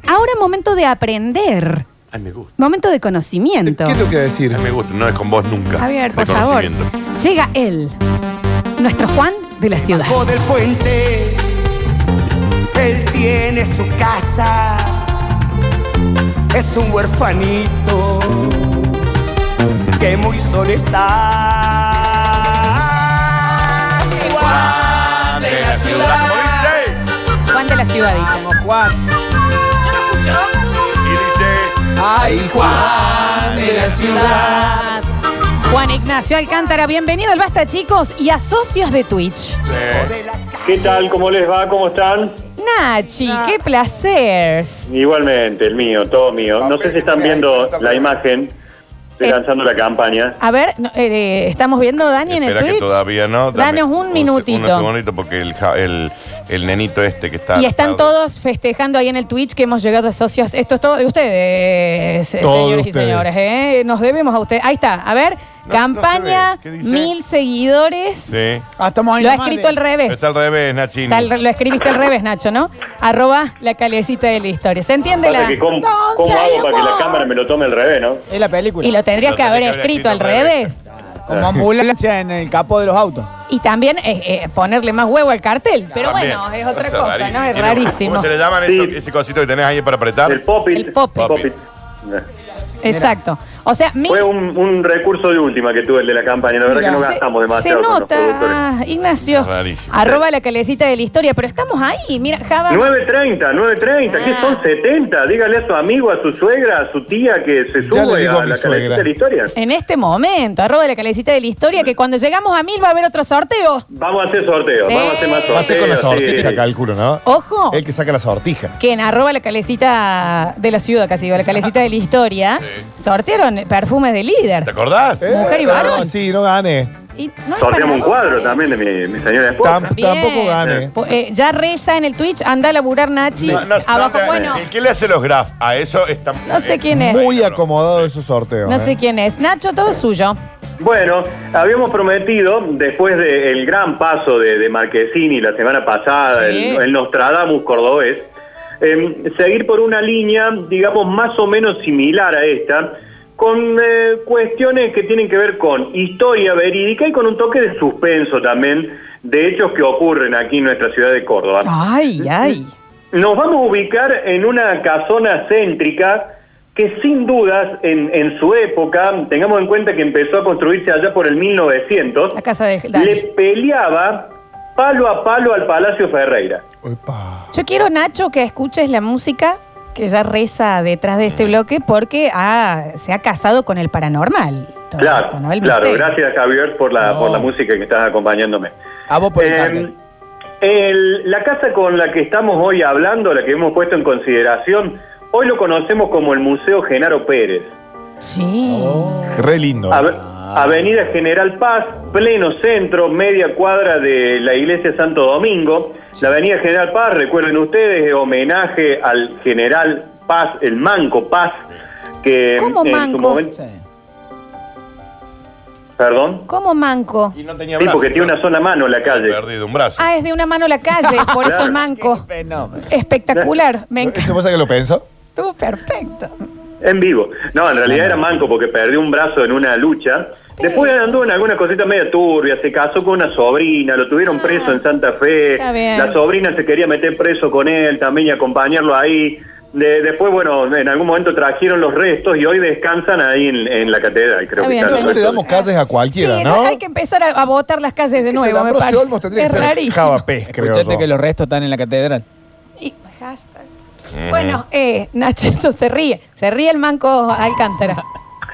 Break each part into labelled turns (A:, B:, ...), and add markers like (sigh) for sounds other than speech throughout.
A: es momento de aprender,
B: Ay, me gusta.
A: momento de conocimiento.
C: ¿Qué es lo que va a decir?
B: Ay, me gusta. No es con vos nunca.
A: Javier,
B: De
A: por favor.
B: conocimiento.
A: Llega él, nuestro Juan de la ciudad.
D: Bajo del puente, él tiene su casa, es un huerfanito que muy solo está. Juan de la ciudad.
B: Como dice.
A: Juan de la ciudad dice.
C: Vamos, Juan.
B: Y dice.
C: Ay, Juan de la ciudad.
A: Juan Ignacio Alcántara, bienvenido al Basta Chicos y a socios de Twitch.
B: eh,
D: de la
E: ¿Qué tal? ¿Cómo les va? ¿Cómo están?
A: Nachi, qué placer.
E: Igualmente, el mío, todo mío. No sé si están viendo la imagen. Estoy
A: Eh.
E: lanzando la campaña.
A: A ver, no, eh, estamos viendo a Dani en el
B: espera que
A: Twitch.
B: todavía no. Dame
A: Danos un
B: se-
A: minutito.
B: Un segundito porque el, ja- el, el nenito este que está.
A: Y están
B: al-
A: todos festejando ahí en el Twitch que hemos llegado a socios. Esto es todo de ustedes, eh,
C: Todos
A: señores y
C: ustedes.
A: señores. ¿eh? Nos debemos a ustedes. Ahí está. A ver,
B: no
A: campaña,
B: se ve. ¿Qué dice?
A: mil seguidores.
B: Sí.
C: Ah, estamos ahí
A: Lo ha
C: nomás
A: escrito
C: de-
A: al revés.
B: Está al revés, Nachini.
A: Está al- lo escribiste al revés, Nacho, ¿no? Arroba la calecita de la historia. ¿Se entiende
E: Pasa
A: la...?
E: que ¿Cómo, cómo hago para que la cámara me lo tome al revés, no?
C: Es la película.
A: Y lo tendrías
B: Lo
A: que
B: tenés
A: haber escrito al revés.
C: Como ambulancia en el capó de los autos.
A: Y también eh, eh, ponerle más huevo al cartel. Pero
B: También.
A: bueno, es otra
B: O sea,
A: cosa, ¿no? Es
B: Tiene un-
A: rarísimo.
B: ¿Cómo se le llaman
E: Sí.
B: eso- ese cosito que tenés ahí para apretar?
E: El pop-it.
A: El pop-it.
E: Pop-it.
A: Exacto. O sea, mil...
E: Fue un, un recurso de última que tuve el de la campaña. La verdad
C: Mira.
E: que no
A: Se-
E: gastamos
A: se,
E: demasiado con los productores.
A: nota, Ignacio.
B: Rarísimo.
A: Arroba la calecita de la historia, pero estamos ahí. Mira, Java.
E: 9.30, 9.30, ¿qué
A: Ah.
E: son 70? Dígale a su amigo, a su suegra, a su tía que se
C: Ya le
E: sube
C: digo a
E: a
C: mi
E: la calecita
C: suegra.
E: de la historia.
A: En este momento, arroba la calecita de la historia, que cuando llegamos a mil va a haber otro sorteo.
E: Vamos a hacer sorteos,
A: Sí.
E: vamos a hacer más sorteos.
A: Va a
C: Pase con la
E: sí.
C: sortija, cálculo, ¿no?
A: Ojo,
C: El que saca la sortija.
A: que en arroba la calecita de la ciudad, casi digo, la calecita de la historia, sortearon perfumes de
B: ¿Te
A: líder.
B: acordás?
A: Mujer y
C: Eh, no,
A: varón.
C: sí, no gane.
A: Y no es para
E: Sorteamos un
A: vos,
E: cuadro
A: eh.
E: también de mi, mi señora esposa.
C: Tamp- Tampoco gane.
A: Po- eh, ya reza en el Twitch, anda a laburar Nachi.
B: No, no,
A: Abajo,
B: no,
A: bueno,
B: ¿Y quién le hace los graf? A eso eh, está.
A: No sé quién es.
C: Muy acomodado esos sorteos.
A: Eh. no
C: ¿eh?
A: sé quién es. Nacho, todo suyo.
E: Bueno, habíamos prometido, después del gran paso de, de Marquesini la semana pasada,
A: Sí.
E: el, el Nostradamus cordobés, em, seguir por una línea, digamos, más o menos similar a esta, con eh, cuestiones que tienen que ver con historia verídica y con un toque de suspenso también de hechos que ocurren aquí en nuestra ciudad de Córdoba.
A: Ah, Ay, ay.
E: Nos vamos a ubicar en una casona céntrica que sin dudas en, en su época, tengamos en cuenta que empezó a construirse allá por el 1900,
A: La casa de Dani.
E: le peleaba palo a palo al Palacio Ferreira.
C: Opa.
A: Yo quiero, Nacho, que escuches la música que ya reza detrás de este bloque porque ah, se ha casado con el paranormal. Todo
E: Claro,
A: esto, ¿no? El
E: claro,
A: misterio.
E: gracias Javier por la,
C: No.
E: por la música que estás acompañándome.
C: A vos por el
E: Eh,
C: cartel.
E: el- la casa con la que estamos hoy hablando, la que hemos puesto en consideración, hoy lo conocemos como el Museo Genaro Pérez.
A: Sí.
C: Re lindo.
E: Ave- Avenida General Paz, pleno centro, media cuadra de la iglesia Santo Domingo. La Avenida General Paz, recuerden ustedes, es homenaje al general Paz, el Manco Paz, que
A: ¿Cómo Manco?
E: momento... Perdón.
A: ¿Cómo manco?
B: Y no tenía
E: Sí,
B: brazo.
E: porque tiene una sola mano la calle.
B: Perdido un brazo.
A: Ah, es de una mano la
E: (laughs)
A: calle, por eso es
E: Claro.
A: manco.
C: fenómeno.
A: Espectacular, me encanta.
C: ¿Eso pasa que lo pensó?
A: Tú, perfecto.
E: En vivo. No, en
C: Ah,
E: realidad era manco porque perdió un brazo en una lucha. Después andó en alguna cosita media turbia, se casó con una sobrina, lo tuvieron preso en Santa
A: Ah.
E: Fe.
A: Está bien.
E: La sobrina se quería meter preso con él también y acompañarlo ahí. De- después, bueno, en algún momento trajeron los restos y hoy descansan ahí en, en la catedral,
A: Está
E: creo que
A: bien,
E: están
A: sí.
C: Nosotros le damos
E: restos.
C: calles a cualquiera,
A: sí,
C: ¿no?
A: ya hay que empezar a, a botar las calles de
C: Ese
A: nuevo, me
C: Ambrosio
A: parece.
C: Olmos tendría que
A: es
C: ser
A: rarísimo.
C: Javapés, creo
F: Escuchate
C: yo.
F: que los restos están en la catedral.
A: Y- hashtag. Bueno, eh, Nachito se ríe, se ríe el manco Alcántara.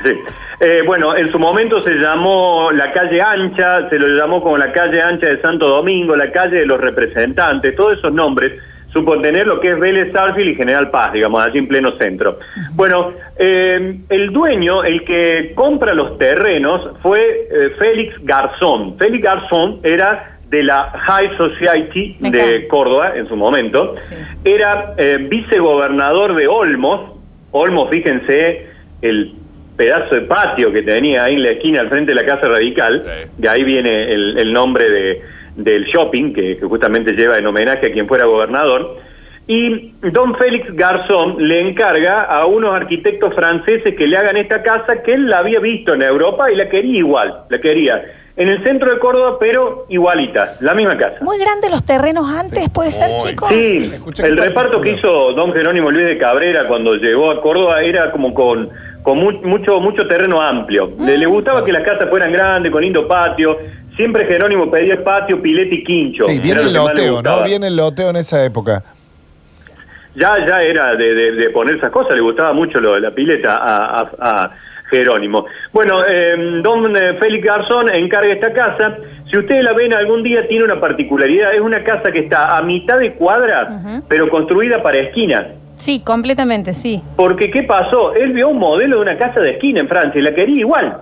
E: Sí. Eh, bueno, en su momento se llamó la calle ancha, se lo llamó como la calle ancha de Santo Domingo, la calle de los representantes, todos esos nombres supo tener lo que es Vélez Sarsfield y General Paz, digamos, allí en pleno centro. Bueno, eh, el dueño, el que compra los terrenos, fue eh, Félix Garzón. Félix Garzón era de la High Society
A: Me
E: de
A: encanta.
E: Córdoba en su momento,
A: Sí.
E: era eh, vicegobernador de Olmos. Olmos, fíjense, el pedazo de patio que tenía ahí en la esquina al frente de la Casa Radical.
B: Sí.
E: De ahí viene el, el nombre de- del shopping, que, que justamente lleva en homenaje a quien fuera gobernador. Y don Félix Garzón le encarga a unos arquitectos franceses que le hagan esta casa que él la había visto en Europa y la quería igual, la quería. En el centro de Córdoba, pero igualita, la misma casa.
A: Muy grandes los terrenos antes, ¿puede ser,
B: Muy.
A: chicos?
E: Sí,
C: Escuché que
E: el
C: está
E: reparto que hizo don Jerónimo Luis de Cabrera cuando llegó a Córdoba era como con, con mu- mucho, mucho terreno amplio. Le, le
C: Ah.
E: gustaba que las casas fueran grandes, con lindo patio. Siempre Jerónimo pedía patio, pilete y quincho.
C: Sí,
E: Era
C: viene
E: lo
C: el
E: que más le
C: loteo, ¿no?
E: gustaba.
C: Viene el loteo en esa época.
E: Ya, ya era de, de- de poner esas cosas, le gustaba mucho lo de la pileta a, a- a Jerónimo. Bueno, eh, don eh, Félix Garzón encarga esta casa. Si ustedes la ven algún día, tiene una particularidad. Es una casa que está a mitad de cuadra,
A: Ujú.
E: pero construida para esquinas.
A: Sí, completamente, sí.
E: Porque, ¿qué pasó? Él vio un modelo de una casa de esquina en Francia y la quería igual.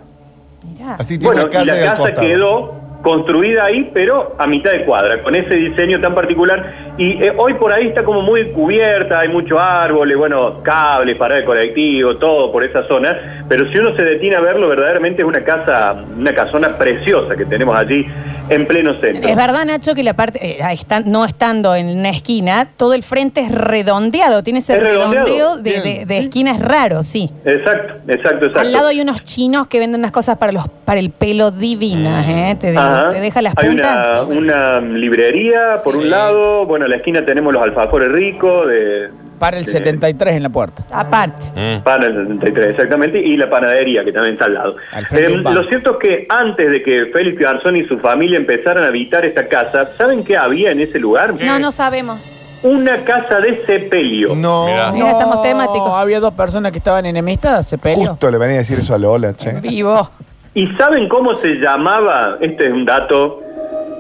A: Mirá.
C: Así tiene
E: Bueno,
C: una
E: y
C: calle
E: la
C: al
E: casa
C: costado.
E: quedó construida ahí, pero a mitad de cuadra, con ese diseño tan particular. Y eh, hoy por ahí está como muy cubierta, hay muchos árboles, bueno, cables para el colectivo, todo por esa zona. Pero si uno se detiene a verlo, verdaderamente es una casa, una casona preciosa que tenemos allí en pleno centro.
A: Es verdad, Nacho, que la parte, eh, ah, está- no estando en una esquina, todo el frente es redondeado, tiene ese
E: Es redondeado,
A: redondeo de, de-
C: bien.
A: de esquinas raro, sí.
E: Exacto, exacto, exacto.
A: Al lado hay unos chinos que venden unas cosas para los para el pelo divinas, ¿eh? Te, digo,
E: Ajá.
A: te deja las
E: Hay una,
A: puntas.
E: una librería, por un lado, bueno, en la esquina tenemos los alfajores ricos de
F: Para el 73 en la puerta.
A: Aparte.
B: Mm.
E: Pan el 73, exactamente, y la panadería que también está al lado.
F: Al frente
E: Eh,
F: del pan.
E: lo cierto es que antes de que Félix Garzón y su familia empezaran a habitar esta casa, ¿saben qué había en ese lugar?
A: No, no sabemos.
E: Una casa de sepelio.
C: No,
B: Mirá.
A: Mira, estamos temáticos.
F: Había dos personas que estaban enemistadas, se peleó.
C: justo le venía a decir eso a Lola, che.
A: Vivo.
E: ¿Y saben cómo se llamaba? Este es un dato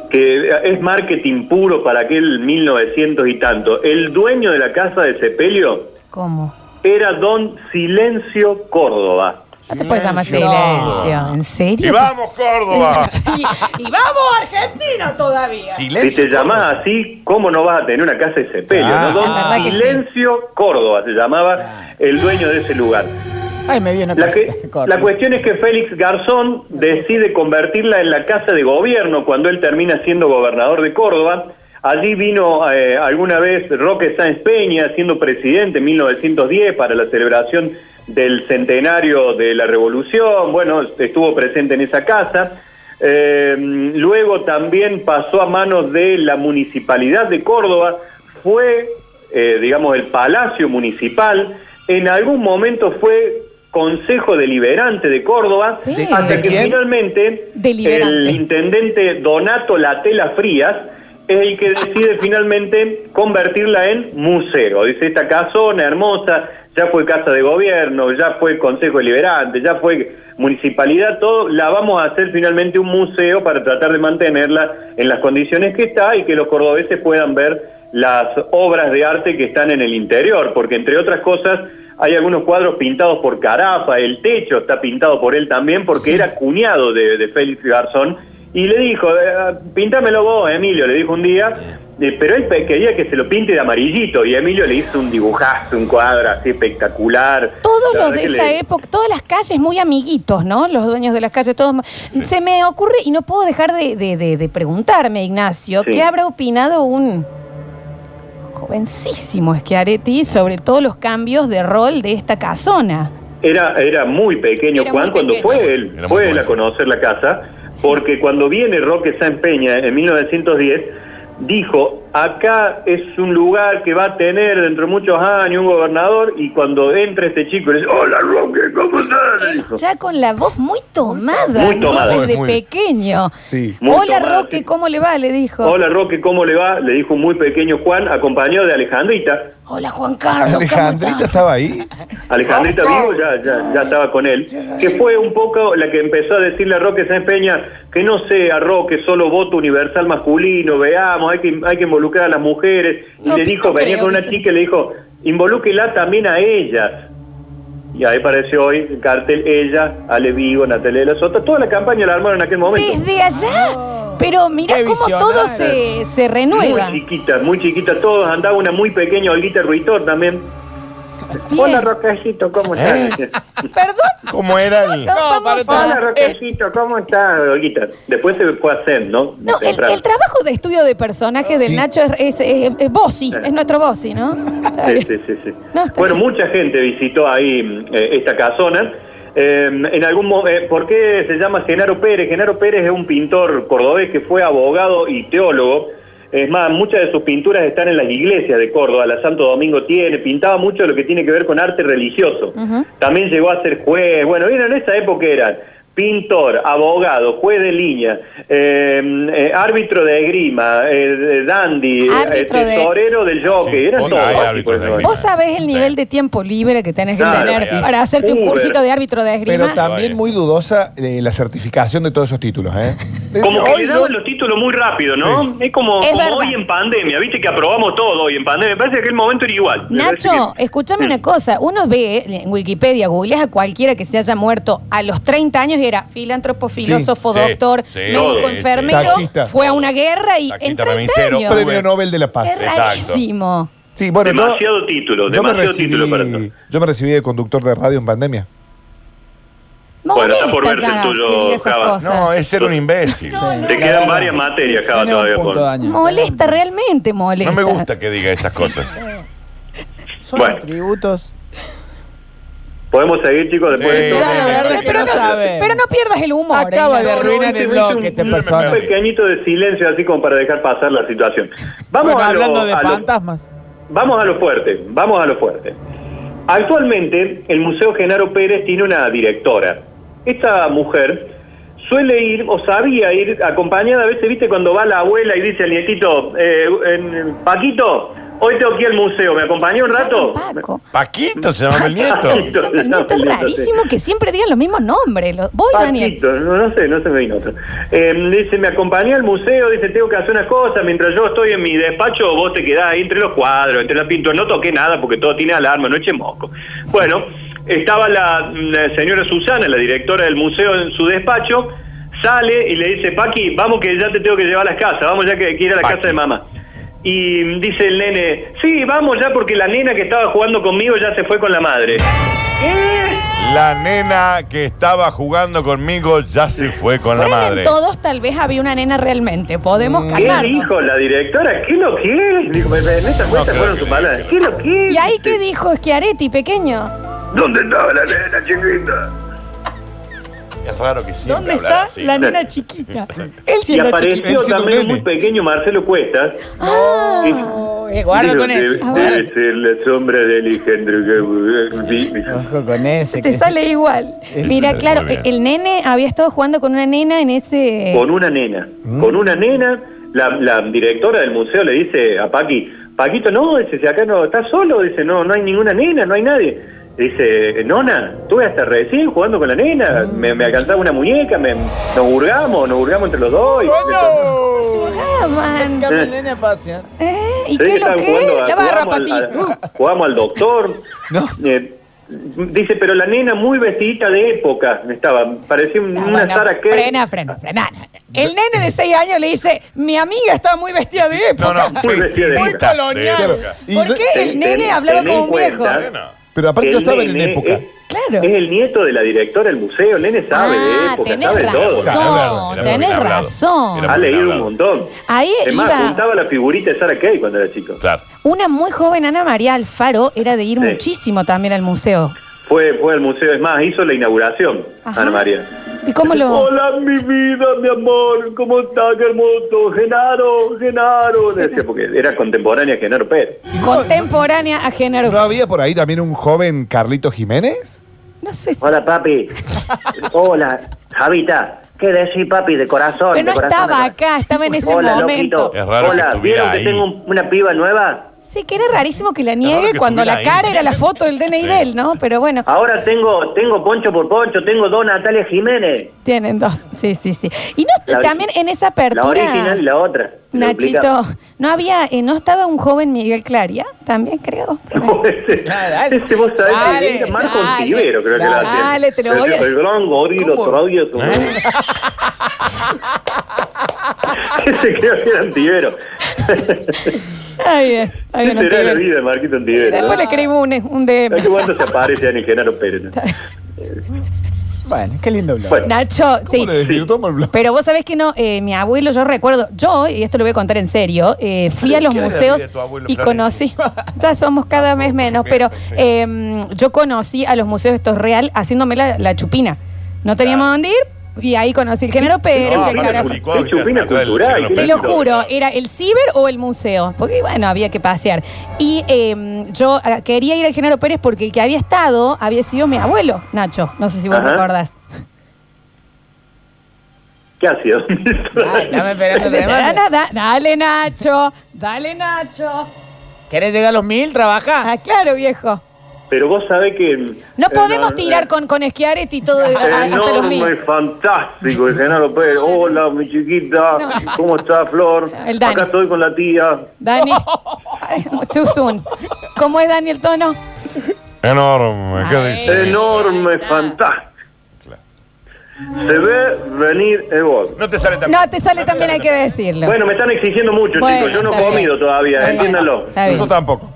E: que es marketing puro para aquel 1900 y tanto. El dueño de la casa de sepelio
A: ¿Cómo?
E: era don Silencio Córdoba.
A: No te puedes llamar
B: Silencio.
A: silencio. ¿En serio?
B: Y vamos,
A: (laughs)
B: Córdoba.
A: y, y vamos, Argentina todavía.
E: Si
B: Silencio.
E: te llamás así, ¿cómo no vas a tener una casa de sepelio?
C: Ah.
E: no? Don
A: Es verdad que sí.
E: Silencio Córdoba se llamaba el dueño de ese lugar.
F: Ay, me dio una
E: La,
F: (laughs)
E: que-
F: cosita, corta.
E: la cuestión es que Félix Garzón decide convertirla en la casa de gobierno cuando él termina siendo gobernador de Córdoba. Allí vino eh, alguna vez Roque Sáenz Peña siendo presidente en 1910 para la celebración del centenario de la Revolución. Bueno, estuvo presente en esa casa. Eh, luego también pasó a manos de la Municipalidad de Córdoba, fue, eh, digamos, el Palacio Municipal, en algún momento fue Consejo Deliberante de Córdoba,
A: ¿De-
E: hasta
A: de
E: que
A: quién?
E: finalmente el
A: Deliberante.
E: intendente Donato Latela Frías es el que decide finalmente convertirla en museo. Dice, esta casona hermosa, ya fue casa de gobierno, ya fue consejo deliberante, ya fue municipalidad, todo, la vamos a hacer finalmente un museo para tratar de mantenerla en las condiciones que está y que los cordobeses puedan ver las obras de arte que están en el interior, porque entre otras cosas hay algunos cuadros pintados por Carafa, el techo está pintado por él también, porque era cuñado de, de Félix Garzón, y le dijo, "Eh, pintámelo vos, Emilio, le dijo un día, eh, pero él pe- quería que se lo pinte de amarillito, y Emilio le hizo un dibujazo, un cuadro así espectacular.
A: Todos
E: La
A: los de
E: verdad que
A: esa
E: le-
A: época, todas las calles muy amiguitos, ¿no? Los dueños de las calles, todos. ma- Se me ocurre, y no puedo dejar de, de- de- de preguntarme, Ignacio,
E: Sí.
A: ¿qué habrá opinado un jovencísimo Schiaretti sobre todos los cambios de rol de esta casona?
E: Era, era muy pequeño
A: Era
E: Juan
A: muy
E: cuando
A: pequeño.
E: fue él,
B: Era muy
E: fue él a
B: jovencito.
E: conocer la casa,
A: Sí.
E: porque cuando viene Roque Sáenz Peña en 1910, dijo, acá es un lugar que va a tener dentro de muchos años un gobernador, y cuando entra este chico, le dice, hola Roque, ¿cómo estás? Le
A: Él
E: dijo.
A: ya con la voz muy tomada,
E: Muy
A: ¿no?
E: tomada.
A: desde
C: Muy-
A: pequeño.
C: Sí.
E: Muy
A: Hola
E: tomada,
A: Roque,
E: sí.
A: ¿cómo le va? Le dijo.
E: Hola Roque, ¿cómo le va? Le dijo un muy pequeño Juan, acompañado de Alejandrita.
A: Hola, Juan Carlos. ¿cómo
C: Alejandrita
A: estás?
C: estaba ahí.
E: Alejandrita Vigo ya, ya, ya estaba con él, que fue un poco la que empezó a decirle a Roque Sáenz Peña que no sea Roque solo voto universal masculino, veamos, hay que, hay que involucrar a las mujeres. Y
A: No,
E: le dijo,
A: no
E: venía
A: creo
E: con
A: que
E: una
A: sea.
E: chica y le dijo, involúquela también a ellas. Y ahí apareció hoy el cartel Ella, Ale Vigo, Natalia de la Sota, toda la campaña la armaron en aquel momento.
A: Desde allá. Pero mira
F: Qué
A: cómo todo se, se renueva.
E: Muy chiquita, muy chiquita todos, andaba una muy pequeña Olguita Ruitor también. Eh.
A: Bien.
G: Hola, Roquecito, ¿cómo estás?
A: Perdón,
B: ¿Cómo era? Y...
A: no, vamos a-
G: Hola, Roquecito, ¿cómo estás?
E: Olguita, después se fue a hacer, ¿no?
A: No, el,
E: Temprano.
A: el trabajo de estudio de personajes del
C: Sí.
A: Nacho es, es, es, es Bossi, es nuestro Bossi, ¿no? Está
E: Sí,
A: bien.
E: sí, sí, sí.
A: No, está
E: bueno,
A: bien.
E: mucha gente visitó ahí mm, eh, esta casona. Eh, en algún mo- eh, ¿Por qué se llama Genaro Pérez? Genaro Pérez es un pintor cordobés que fue abogado y teólogo. Es más, muchas de sus pinturas están en las iglesias de Córdoba, la Santo Domingo tiene, pintaba mucho de lo que tiene que ver con arte religioso. También llegó a ser juez, bueno, vieron, en esa época eran pintor, abogado, juez de línea, eh, eh, árbitro de esgrima, eh, de dandy, eh,
A: Árbitro de-
E: tesorero del jockey,
B: Sí,
E: eran
B: vos
E: todos.
B: sabés,
E: así,
B: árbitro
E: por
B: de
E: ejemplo.
B: esgrima.
A: Vos sabés el nivel
B: Sí.
A: de tiempo libre que tenés que
E: Claro,
A: tener
B: claro.
A: para hacerte un
E: Uber.
A: cursito de árbitro de esgrima.
C: Pero también muy dudosa eh, la certificación de todos esos títulos, ¿eh?
E: Como que
C: Hoy
E: le
C: yo-
E: daban los títulos muy rápido, ¿no? Es como,
A: Es
E: como
A: verdad.
E: hoy en pandemia, viste que aprobamos todo hoy en pandemia. Me parece que el momento era igual. Me parece
A: Nacho, eh,
E: que-
A: escúchame una cosa. Uno ve en Wikipedia, googleas a cualquiera que se haya muerto a los 30 años y era filántropo, filósofo,
B: Sí,
A: doctor,
B: sí,
A: médico,
E: sí, sí.
A: enfermero,
C: Taxista.
A: fue a una guerra y
B: Taxista,
A: en 30
B: remisero,
A: años.
B: tuve-
C: Premio Nobel de la Paz.
A: Es
B: Exacto.
A: rarísimo.
C: Sí, bueno, yo-
E: demasiado título,
C: yo me
E: demasiado título para todo.
C: recibí, yo me recibí de conductor de radio en pandemia.
E: Bueno, está por
A: Molesta
E: verse el
A: ya
E: tuyo,
A: que diga esas
E: Java.
A: cosas.
B: No, es ser un imbécil.
E: Te quedan varias materias, Java,
F: Tiene un
E: todavía.
F: punto,
E: por-
F: Dani.
A: Molesta, realmente molesta.
B: No me gusta que diga esas cosas.
F: Son
E: Bueno.
F: atributos.
E: Podemos seguir, chicos, después
B: Sí,
E: de esto.
B: Pero
F: Claro,
B: no,
F: verde,
A: pero
F: pero
A: no-
F: no sabe.
A: Pero no pierdas el humor.
F: Acaba
A: Ignacio.
F: de arruinar el bloque este esta
E: Un-
F: persona.
E: Un pequeñito de silencio así como para dejar pasar la situación. Vamos
F: Bueno,
E: a lo-
F: hablando de
E: a lo-
F: fantasmas.
E: Vamos a lo fuerte, vamos a lo fuerte. Actualmente el Museo Genaro Pérez tiene una directora. Esta mujer suele ir o sabía ir acompañada, a veces, viste, cuando va la abuela y dice al nietito, eh, en- Paquito, hoy tengo que ir al museo, ¿me acompañó un rato?
A: Paco.
B: Paquito se llama el nieto.
A: Se llama el nieto, es rarísimo que siempre digan los mismos nombres. Lo- Voy, Daniel.
E: Paquito, no, no sé, no se me vino otro. Eh, dice, me acompañé al museo, dice, tengo que hacer unas cosas, mientras yo estoy en mi despacho, vos te quedás ahí entre los cuadros, entre las pinturas, no toqué nada porque todo tiene alarma, no eché moco. Bueno, estaba la, mm, la señora Susana, la directora del museo, en su despacho, sale y le dice, Paqui, vamos que ya te tengo que llevar a las casas, vamos ya que quiera a la
B: Paqui.
E: casa de mamá. Y mm, dice el nene, sí, vamos ya porque la nena que estaba jugando conmigo ya se fue con la madre.
B: La nena que estaba jugando conmigo ya se fue con la
A: Fueran
B: madre.
A: todos, tal vez había una nena realmente. Podemos
E: ¿Qué
A: calmarnos.
E: dijo la directora? ¿Qué lo quiere? Dijo, me- me- en esta cuenta
B: creo
E: fueron
B: que
E: sus
B: le-
E: palabras. ¿Qué lo quiere?
A: ¿Y ahí qué dijo Schiaretti, pequeño?
E: ¿Dónde estaba la nena chiquita?
B: Es raro que siempre
F: ¿Dónde
B: hablara
F: está
B: así.
F: la nena chiquita? Él sí
E: Y
F: era chiquita.
E: apareció
C: Él siendo
E: también
C: nene.
E: muy pequeño Marcelo Cuesta.
A: Ah,
E: Y-
F: Eh, Guarda
E: Digo,
F: con
E: debe-
F: ese.
A: ver.
E: Debe ser la sombra de Alejandro.
F: Ojo con ese.
A: te
F: que-
A: sale igual.
F: Ese
A: Mira,
B: muy
A: claro,
B: bien.
A: el nene había estado jugando con una nena en ese.
E: Con una nena.
A: Mm.
E: Con una nena. La, la directora del museo le dice a Paqui, Paquito, no, dice, si acá no, estás solo, dice, no, no hay ninguna nena, no hay nadie. Dice, nona, estuve hasta recién jugando con la nena,
A: Mm.
E: me, me alcanzaba una muñeca, me, nos hurgamos, nos hurgamos entre los dos. y-
A: Ah, man.
F: Cambia el nene a pasear.
A: ¿Eh? ¿Y
E: Sí,
A: qué es lo
E: estaban
A: que?
E: jugando-
A: La barra, Pati.
E: jugamos al- al- Jugamos
A: (laughs)
E: al doctor.
F: No.
E: Eh, dice, pero la nena muy vestidita de época estaba, parecía un-
A: No,
E: una
A: Ah, bueno,
E: Sara Kay.
A: frena, frena, frena. El nene de 6 años le dice, mi amiga estaba muy vestida de
B: No,
A: época.
B: no,
E: Muy
B: vestidita
E: Muy
B: de
A: colonial.
B: época.
C: Y
A: ¿Por
C: yo-
A: qué el
E: Ten-
A: nene
E: ten-
A: hablaba
E: ten en
A: como un viejo?
E: cuenta
B: Bueno,
C: Pero aparte
E: que
C: yo
E: el
C: estaba en
E: nene eh,
C: época.
E: Es,
A: Claro.
E: es el nieto de la directora del museo, el nene sabe de
A: Ah,
E: época,
A: tenés
E: sabe de todo.
A: razón.
B: Era muy
A: tenés
B: bien hablado.
A: razón.
B: Era muy
E: Ha
B: bien
E: leído un
B: hablado.
E: montón.
A: Ahí
E: Además,
A: iba-
E: juntaba la figurita de Sara Kay cuando era chico.
B: Claro.
A: Una muy joven Ana María Alfaro era de ir
E: Sí.
A: muchísimo también al museo.
E: Fue, fue al museo, es más, hizo la inauguración,
A: Ajá.
E: Ana María.
A: ¿Y cómo lo...?
E: Hola, mi vida, mi amor, ¿cómo estás, qué hermoso? Genaro, Genaro. Le decía, porque era contemporánea Genaro Pérez.
A: Contemporánea a género.
C: ¿No había por ahí también un joven Carlito Jiménez?
A: No sé si...
G: Hola, papi. Hola, Javita. ¿Qué decís, papi? De corazón. de
A: Pero no
G: corazón, de
A: estaba
G: corazón.
A: acá, estaba en ese
G: Hola,
A: momento.
G: loquito.
B: Es raro que
G: Hola,
B: estuviera
G: ¿vieron que
B: ahí.
G: tengo un- una piba nueva?
A: Sí, que era rarísimo que la
B: raro
A: niegue
B: que
A: cuando la
B: estuviera
A: cara
B: ahí.
A: era la foto del DNI
B: Sí.
A: de él, ¿no? Pero bueno,
G: Ahora tengo, tengo Poncho por Poncho, tengo dos Natalia Jiménez.
A: tienen dos. Sí, sí, sí. Y no,
G: La ori-
A: también en esa
G: La
A: apertura...
G: original y la otra. La duplicada.
A: Nachito,
G: (laughs)
A: no había, eh, no estaba un joven Miguel Claria, también creo. por ahí.
E: ese,
F: Dale,
G: Este,
E: ese vos sabés
A: dale,
E: que era Marco
A: dale,
E: Olivero, creo que la hacía.
A: dale, te lo voy a-
E: El gran gorila, travieso.
A: (laughs)
G: (laughs)
E: Ese creo que era Olivero.
A: Ahí es. Ahí viene
E: Será la
A: Antiver.
E: vida de Marquito Antiver.
A: Después le escribimos un, un
E: Hay que
A: DM.
E: cuando se aparece en el Genaro Pérez. ¿no?
F: Bueno, qué lindo blog.
E: Bueno,
A: Nacho,
C: ¿Cómo
A: sí.
C: le desvirtuamos el blog?
A: Pero vos sabés que no, eh, mi abuelo, yo recuerdo, yo, y esto lo voy a contar en serio, eh, fui a los
B: ¿Qué era la
A: museos
B: vida de tu abuelo,
A: y
B: Florencia? Ah,
A: conocí, ya somos cada vez menos, pero eh, yo conocí a los museos estos real haciéndome la, la chupina. No teníamos
B: Claro.
A: dónde ir y ahí conocí el género Pérez.
B: No,
A: fui al
B: aparte
A: carajo.
B: publicó,
E: Qué
B: viste,
E: chupina
B: atrás del
E: cultural,
B: Genaro
E: qué
B: Pérez.
A: Te lo juro, eh. era el ciber o el museo, porque bueno, había que pasear. Y eh, yo eh, quería ir al Genaro Pérez porque el que había estado había sido mi abuelo, Nacho. No sé si vos
E: Ajá. (laughs)
A: recordás.
E: ¿Qué ha sido?
F: Ay, dame Ah, (laughs) esperando
A: Dale,
F: tremendo.
A: da- dale, Nacho, dale, Nacho.
F: ¿Querés llegar a los mil? Trabaja.
A: Ah, claro, viejo.
E: Pero vos sabés que...
A: No
E: eh,
A: podemos
E: no,
A: tirar
E: eh,
A: con, con Schiaretti y todo eh, a- hasta los
E: Enorme,
A: mil.
E: fantástico, el Genaro Pérez. Hola, mi chiquita.
A: No.
E: ¿Cómo está, Flor?
A: El Dani.
E: Acá estoy con la tía.
A: Dani. Ay, Chuzun. ¿Cómo es Dani el tono?
B: Enorme, ¿qué
A: Ay.
E: Eh,
B: dice?
E: Enorme,
A: Ah.
E: fantástico. Se ve venir el gol.
B: No te sale tan
A: No, te sale también, hay que decirlo.
E: Bueno, me están exigiendo mucho,
A: Bueno,
E: chicos. Yo no he
A: está
E: comido
A: bien.
E: todavía,
A: Está bien.
E: entiéndanlo.
A: Está bien.
B: Eso tampoco.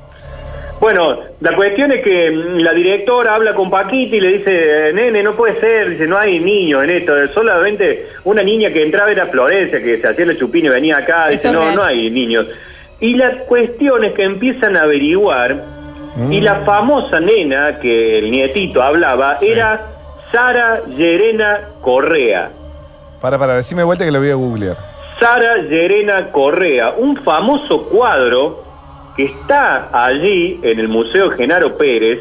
E: Bueno, la cuestión es que mm, la directora habla con Paquita y le dice, eh, nene, no puede ser, dice, no hay niños en esto, solamente una niña que entraba era Florencia, que se hacía la chupina y venía acá,
A: Eso
E: dice,
A: es
E: no,
A: real.
E: no hay niños. Y la cuestión es que empiezan a averiguar, y la famosa nena que el nietito hablaba era Sara Yerena Correa.
C: Para, para, decime de vuelta que lo voy a googlear.
E: Sara Llerena Correa, un famoso cuadro que está allí en el Museo Genaro Pérez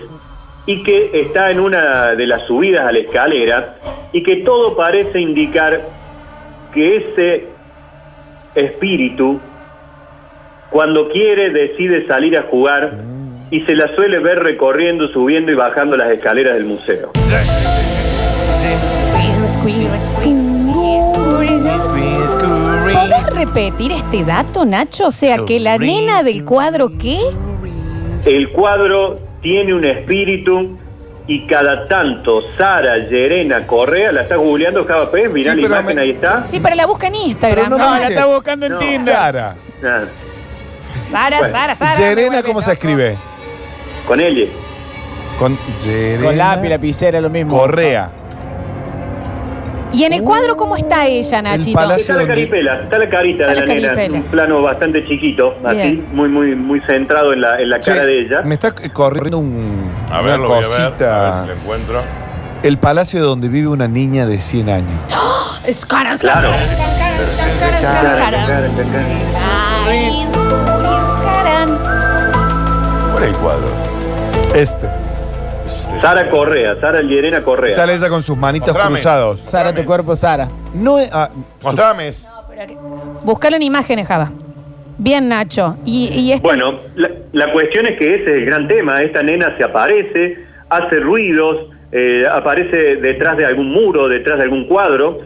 E: y que está en una de las subidas a la escalera y que todo parece indicar que ese espíritu, cuando quiere, decide salir a jugar y se la suele ver recorriendo, subiendo y bajando las escaleras del museo.
A: ¿Podés repetir este dato, Nacho? O sea, que la nena del cuadro, ¿qué?
E: El cuadro tiene un espíritu y cada tanto Sara Llerena Correa, la está googleando Java Pérez, mirá
C: Sí,
E: la
C: pero
E: imagen,
C: me-
E: ahí está.
A: Sí, pero la busca en Instagram.
C: Pero
F: No,
A: ¿no?
C: me
F: la
C: dice.
F: está buscando en
E: No.
F: Tinder.
C: Sara.
E: Ah,
A: Sara,
E: Bueno.
A: Sara, Sara. me
C: Yerena,
A: vuelve
C: ¿cómo se
A: loco.
C: escribe?
E: con él.
C: Con Yerena.
F: Con lápiz, lapicera, lo mismo.
C: Correa.
A: ¿Y en el cuadro cómo está ella, Nachito?
C: Uh, palacio-
E: Está la
C: donde-
E: caripela, está la carita
A: Está
E: de
A: la
E: la,
A: caripela.
E: nena, un plano bastante chiquito, así,
A: Bien.
E: muy, muy, muy centrado en la, en la
C: Che,
E: cara de ella.
C: Me está eh, corriendo un,
B: A ver,
C: una
B: lo voy a ver. A ver
C: cosita.
B: si lo encuentro.
C: El palacio donde vive una niña de 100 años.
A: Es cara, es cara,
E: Claro.
A: es cara, es cara, es cara, es cara, es cara.
E: Cara, cara, cara.
A: Ay, es cara.
B: ¿Cuál es el cuadro?
C: Este.
B: Este.
E: Sara Correa, Sara Llerena Correa.
C: Sale ella con sus manitos
B: Mostrame.
C: cruzados.
F: Sara, tu cuerpo, Sara.
C: No es. ah,
B: Mostrame. eso.
A: Búscalo en imágenes, Java. Bien, Nacho. Y, y este esta-
E: Bueno, la, la cuestión es que ese es el gran tema. Esta nena se aparece, hace ruidos, eh, aparece detrás de algún muro, detrás de algún cuadro,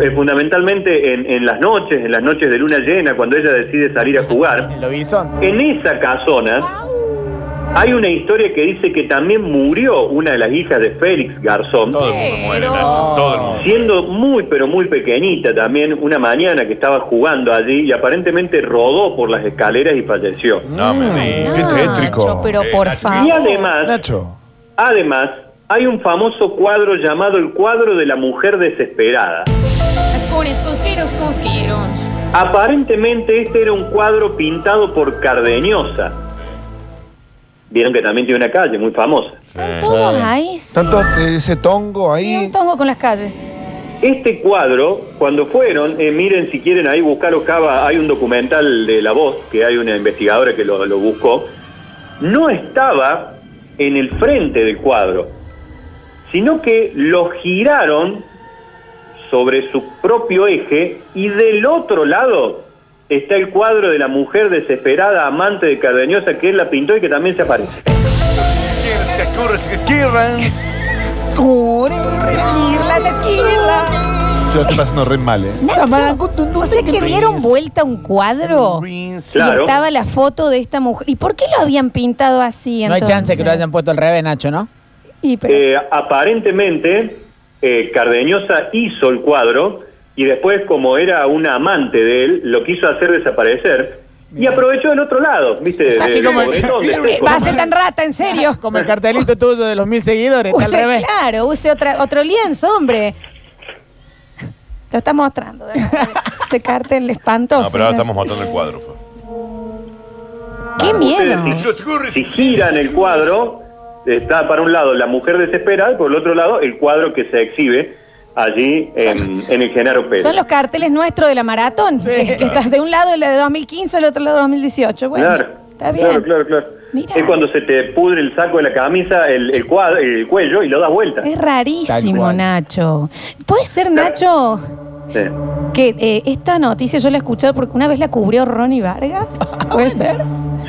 E: eh, fundamentalmente en, en las noches, en las noches de luna llena, cuando ella decide salir a jugar.
F: El lobizón.
E: En esa casona hay una historia que dice que también murió una de las hijas de Félix Garzón
B: Todo el mundo muere,
A: Pero-
B: Nacho. Todo el mundo.
E: siendo muy pero muy pequeñita también, una mañana que estaba jugando allí y aparentemente rodó por las escaleras y falleció.
B: No me digas.
C: Qué
A: Nacho,
C: tétrico.
A: pero
B: Eh,
A: por
B: Nacho.
E: Y
A: favor.
E: además,
C: Nacho.
E: además, hay un famoso cuadro llamado el cuadro de la mujer desesperada.
A: Escuris, cusquiros, cusquiros.
E: Aparentemente este era un cuadro pintado por Cardeñosa. Vieron que también tiene una calle muy famosa.
A: Están todos ahí. sí.
C: Tanto eh, ese tongo
A: Sí,
C: ahí.
A: un tongo con las calles.
E: Este cuadro, cuando fueron, eh, miren si quieren ahí buscar Ocava, hay un documental de La Voz, que hay una investigadora que lo, lo buscó, no estaba en el frente del cuadro, sino que lo giraron sobre su propio eje y del otro lado está el cuadro de la mujer desesperada amante de Cardeñosa que él la pintó y que también se aparece.
A: Esquirlas, esquirlas.
C: Yo estoy pasando re mal, ¿eh?
A: Nacho, o sea que dieron vuelta un cuadro y
E: Claro.
A: estaba la foto de esta mujer. ¿Y por qué lo habían pintado así
F: No hay
A: entonces?
F: chance que lo hayan puesto al revés, Nacho, ¿no?
A: Y pero-
E: Eh, aparentemente, eh, Cardeñosa hizo el cuadro y después, como era una amante de él, lo quiso hacer desaparecer y aprovechó el otro lado, ¿viste?
A: Así
E: De-
A: como- (laughs)
E: de- de- de-
A: Eh, Va a ser tan rata, en serio.
F: (laughs) Como el
E: (laughs)
F: cartelito tuyo de los mil seguidores, está al
A: Use,
F: revés.
A: claro, use otra, otro lienzo, hombre. Lo está mostrando. de (laughs) verdad. Ese cartel espantoso.
B: No, pero ahora estamos montando el cuadro. Fue.
A: ¡Qué miedo!
E: Ustedes, Si giran el cuadro, está para un lado la mujer desesperada y por el otro lado el cuadro que se exhibe allí en, en el Genaro Pérez.
A: Son los carteles nuestros de la maratón. (laughs) que estás de un lado la de 2015, el otro lado 2018. Bueno,
E: claro,
A: está bien.
E: claro, claro, claro.
A: Mira.
E: Es cuando se te pudre el saco de la camisa, el, el, cuad- el cuello y lo das vuelta.
A: Es
F: Tal
A: rarísimo,
F: cual.
A: Nacho. ¿Puede ser, Nacho,
E: Sí.
A: que eh, esta noticia yo la he escuchado porque una vez la cubrió Ronnie
E: (laughs)
A: Vargas? ¿Puede ser?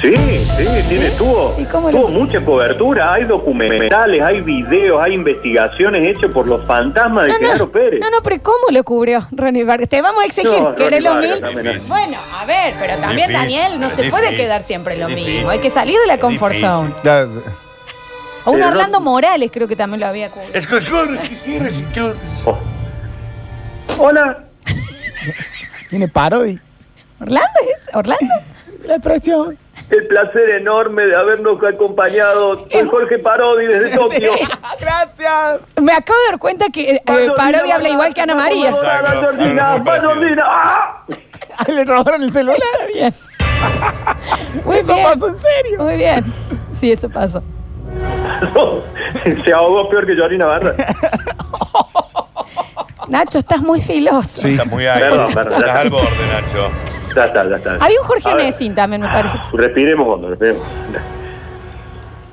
E: Sí, sí, tiene, tuvo,
A: ¿Y cómo
E: tuvo
A: lo-
E: mucha cobertura, hay documentales, hay videos, hay investigaciones hechas por los fantasmas de Genaro Pérez.
A: No, no, pero ¿cómo lo cubrió Ronnie Vargas? Te vamos a exigir
E: No,
A: que eres
E: Ronnie
A: los mil.
E: Vargas también es.
A: Bueno, a ver, pero también
B: Difícil,
A: Daniel no
B: es
A: se puede
B: difícil,
A: quedar siempre en lo
B: es
A: mismo.
B: difícil,
A: Hay que salir de la
B: es
A: comfort
B: difícil.
A: zone.
C: Ya,
A: O un
E: Pero no-
A: Orlando Morales creo que también lo había cubrido.
E: Oh. Hola.
F: Tiene parodi.
A: ¿Orlando es? ¿Orlando?
F: La expresión.
E: El placer enorme de habernos acompañado. Soy Jorge Parodi
A: (laughs)
F: (laughs)
E: desde Tokio.
A: Eh,
F: Gracias.
A: Me acabo de dar cuenta que eh,
E: Parodi
A: Parodi habla igual que Ana María.
B: Exacto.
E: Georgina, Georgina. ¡Ah! (laughs)
F: (laughs) Le robaron el celular.
A: Bien. (laughs) Muy
F: Eso
A: bien.
F: pasó en serio.
A: Muy bien. Sí, eso pasó.
E: Se ahogó peor que Georgina Barra.
A: Nacho, estás muy filoso.
C: Sí.
B: Estás muy ahí.
E: Perdón, perdón.
B: Estás al borde, Nacho.
E: Ya está, ya está.
A: Había un Jorge
E: A ver,
A: Nessin también, me parece.
E: Ah, Respiremos hondo, respiremos.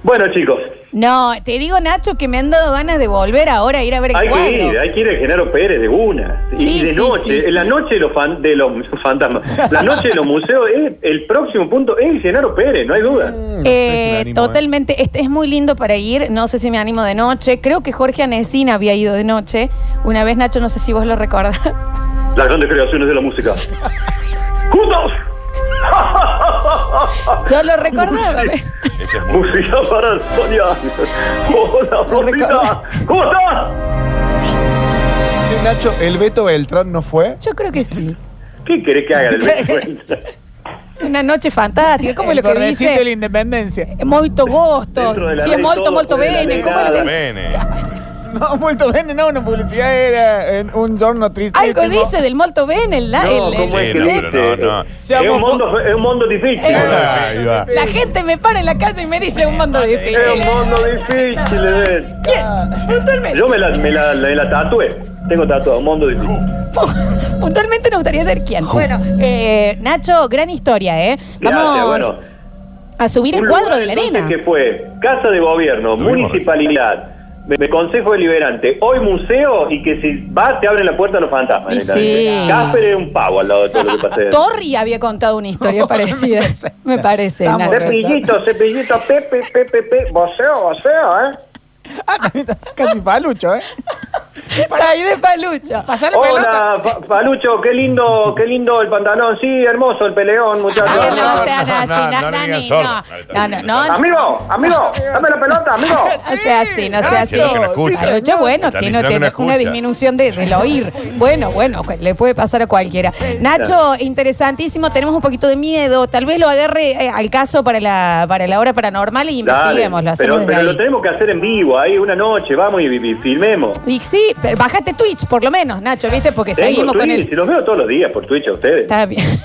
E: Bueno, chicos,
A: No, te digo, Nacho, que me han dado ganas de volver ahora a ir a ver el
E: hay
A: cuadro.
E: que ir, hay que ir a Genaro Pérez de una. Y-
A: Sí,
E: y de
A: sí,
E: noche,
A: sí, sí.
E: en la noche de los, fan- de los fantasmas, la noche de los museos, es- el próximo punto es Genaro Pérez, no hay duda.
A: Eh,
C: No sé si me animo,
A: totalmente, este es muy lindo para ir, no sé si me animo de noche, creo que Jorge Anesina había ido de noche, una vez Nacho, no sé si vos lo recordás.
E: Las grandes creaciones de la música. ¡Juntos!
A: Yo lo recordaba. (laughs)
B: Este es muy-
E: Música para Sonia. Hola, Rosita.
A: recuerdo.
E: ¿Cómo estás?
C: Che, Nacho, ¿el Beto Beltrán no fue?
A: Yo creo que sí.
E: ¿Qué querés que
A: (laughs)
E: haga del 2050?
A: Una noche fantástica, como
F: El
A: lo que
F: gordecito de la
A: dice. Eh.
F: independencia.
A: Molto gusto,
E: Dentro de la
A: si es
E: ley
A: molto,
E: todo,
A: molto
E: fuera de la
A: bene,
E: ley
A: ¿cómo lo
E: nada.
A: dice?
B: Bene.
F: No, molto bene, no, una publicidad era en un giorno triste.
A: Algo dice del molto bene, el, la- el-
E: ¿cómo
A: el-
E: es que
B: no,
E: lo
B: pero
E: viste?
B: no, no.
E: Es
F: Seamos
E: un mundo, es un mundo difícil.
A: Eh,
B: Ahí va.
A: la gente me para en la calle y me dice un mundo difícil.
E: Es un mundo difícil. eh.
A: ¿Quién? Puntualmente.
E: Yo me la, me la, la- la tatué. Tengo tatuado, un mundo difícil.
A: Pu- Puntualmente nos gustaría ser quién. Bueno, eh, Nacho, gran historia, ¿eh?
E: Gracias,
A: Vamos
E: bueno.
A: a subir el
E: Un
A: cuadro
E: lugar,
A: de la
E: entonces,
A: arena.
E: Que fue Casa de Gobierno,
B: vimos
E: Municipalidad, me- me Consejo Deliberante, hoy museo y que si vas te abren la puerta a los fantasmas.
A: Y
E: directamente.
A: sí.
E: Casper es un pavo al lado de todo lo
A: (laughs)
E: que pasé.
A: Torri había contado una historia parecida. Me parece,
F: Estamos
A: Nacho.
E: Cepillito, cepillito, pepe, pepe, pepe, voceo, voceo, ¿eh?
F: (laughs) Ah, Casi palucho, ¿eh?
A: Para ahí de palucho.
E: Hola, Pa- Palucho, qué lindo, qué lindo el pantalón, sí, hermoso el peleón,
A: No,
E: muchachos.
A: Ah, no, o sea,
B: No,
A: así,
B: no, no,
A: na-
B: no le digan
A: Dani,
B: sordo.
A: no.
B: Ahí
A: No, no,
B: está.
A: no, no.
E: Amigo, amigo, dame la pelota, amigo.
A: (laughs) No sea así, no sea así.
B: diciendo que Ah, no escucha.
A: Palucho, bueno,
B: Está
A: tiene
B: diciendo que
A: tiene
B: no
A: una
B: escucha.
A: disminución de, del oír. Bueno, bueno, cu- le puede pasar a cualquiera. Nacho, interesantísimo, tenemos un poquito de miedo. Tal vez lo agarre eh, al caso para la, para la hora paranormal y
E: Dale,
A: investiguemos, lo hacemos
E: pero,
A: desde
E: pero lo
A: ahí.
E: tenemos que hacer en vivo, ahí una noche, vamos y, y- y filmemos.
A: Y sí, pero bájate Twitch, por lo menos, Nacho, ¿viste? Porque
E: Tengo
A: seguimos con
E: Twitch,
A: el.
E: y los veo todos los días por Twitch a ustedes.
A: Está bien.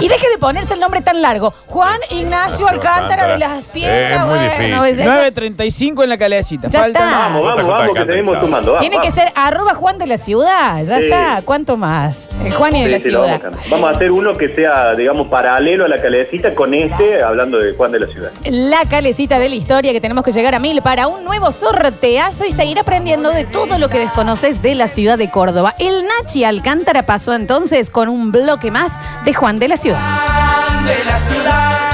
A: Y deje de ponerse el nombre tan largo. Juan Ignacio
B: Ignacio
A: Alcántara de las
B: Alcántara.
A: Piedras.
B: Es muy
A: bueno,
B: difícil.
A: de-
F: 9.35 en la calecita.
A: Ya
F: Faltan
A: está.
E: Vamos, vamos,
B: Junta
E: vamos,
B: con
E: que seguimos
B: Alcántara.
E: sumando. va,
A: Tiene
E: va.
A: que ser arroba Juan de la ciudad, ya
E: Sí.
A: está. ¿Cuánto más? El Juan y de
E: Sí,
A: la
E: sí, lo vamos, a
A: ciudad.
E: cambiar. vamos a hacer uno que sea, digamos, paralelo a la calecita con este, hablando de Juan de la Ciudad.
A: La calecita de la historia que tenemos que llegar a mil para un nuevo sorteazo y seguir aprendiendo de todo lo que desconoces de la ciudad de Córdoba. El Nachi Alcántara pasó entonces con un bloque más de Juan de la Ciudad.
D: de la ciudad.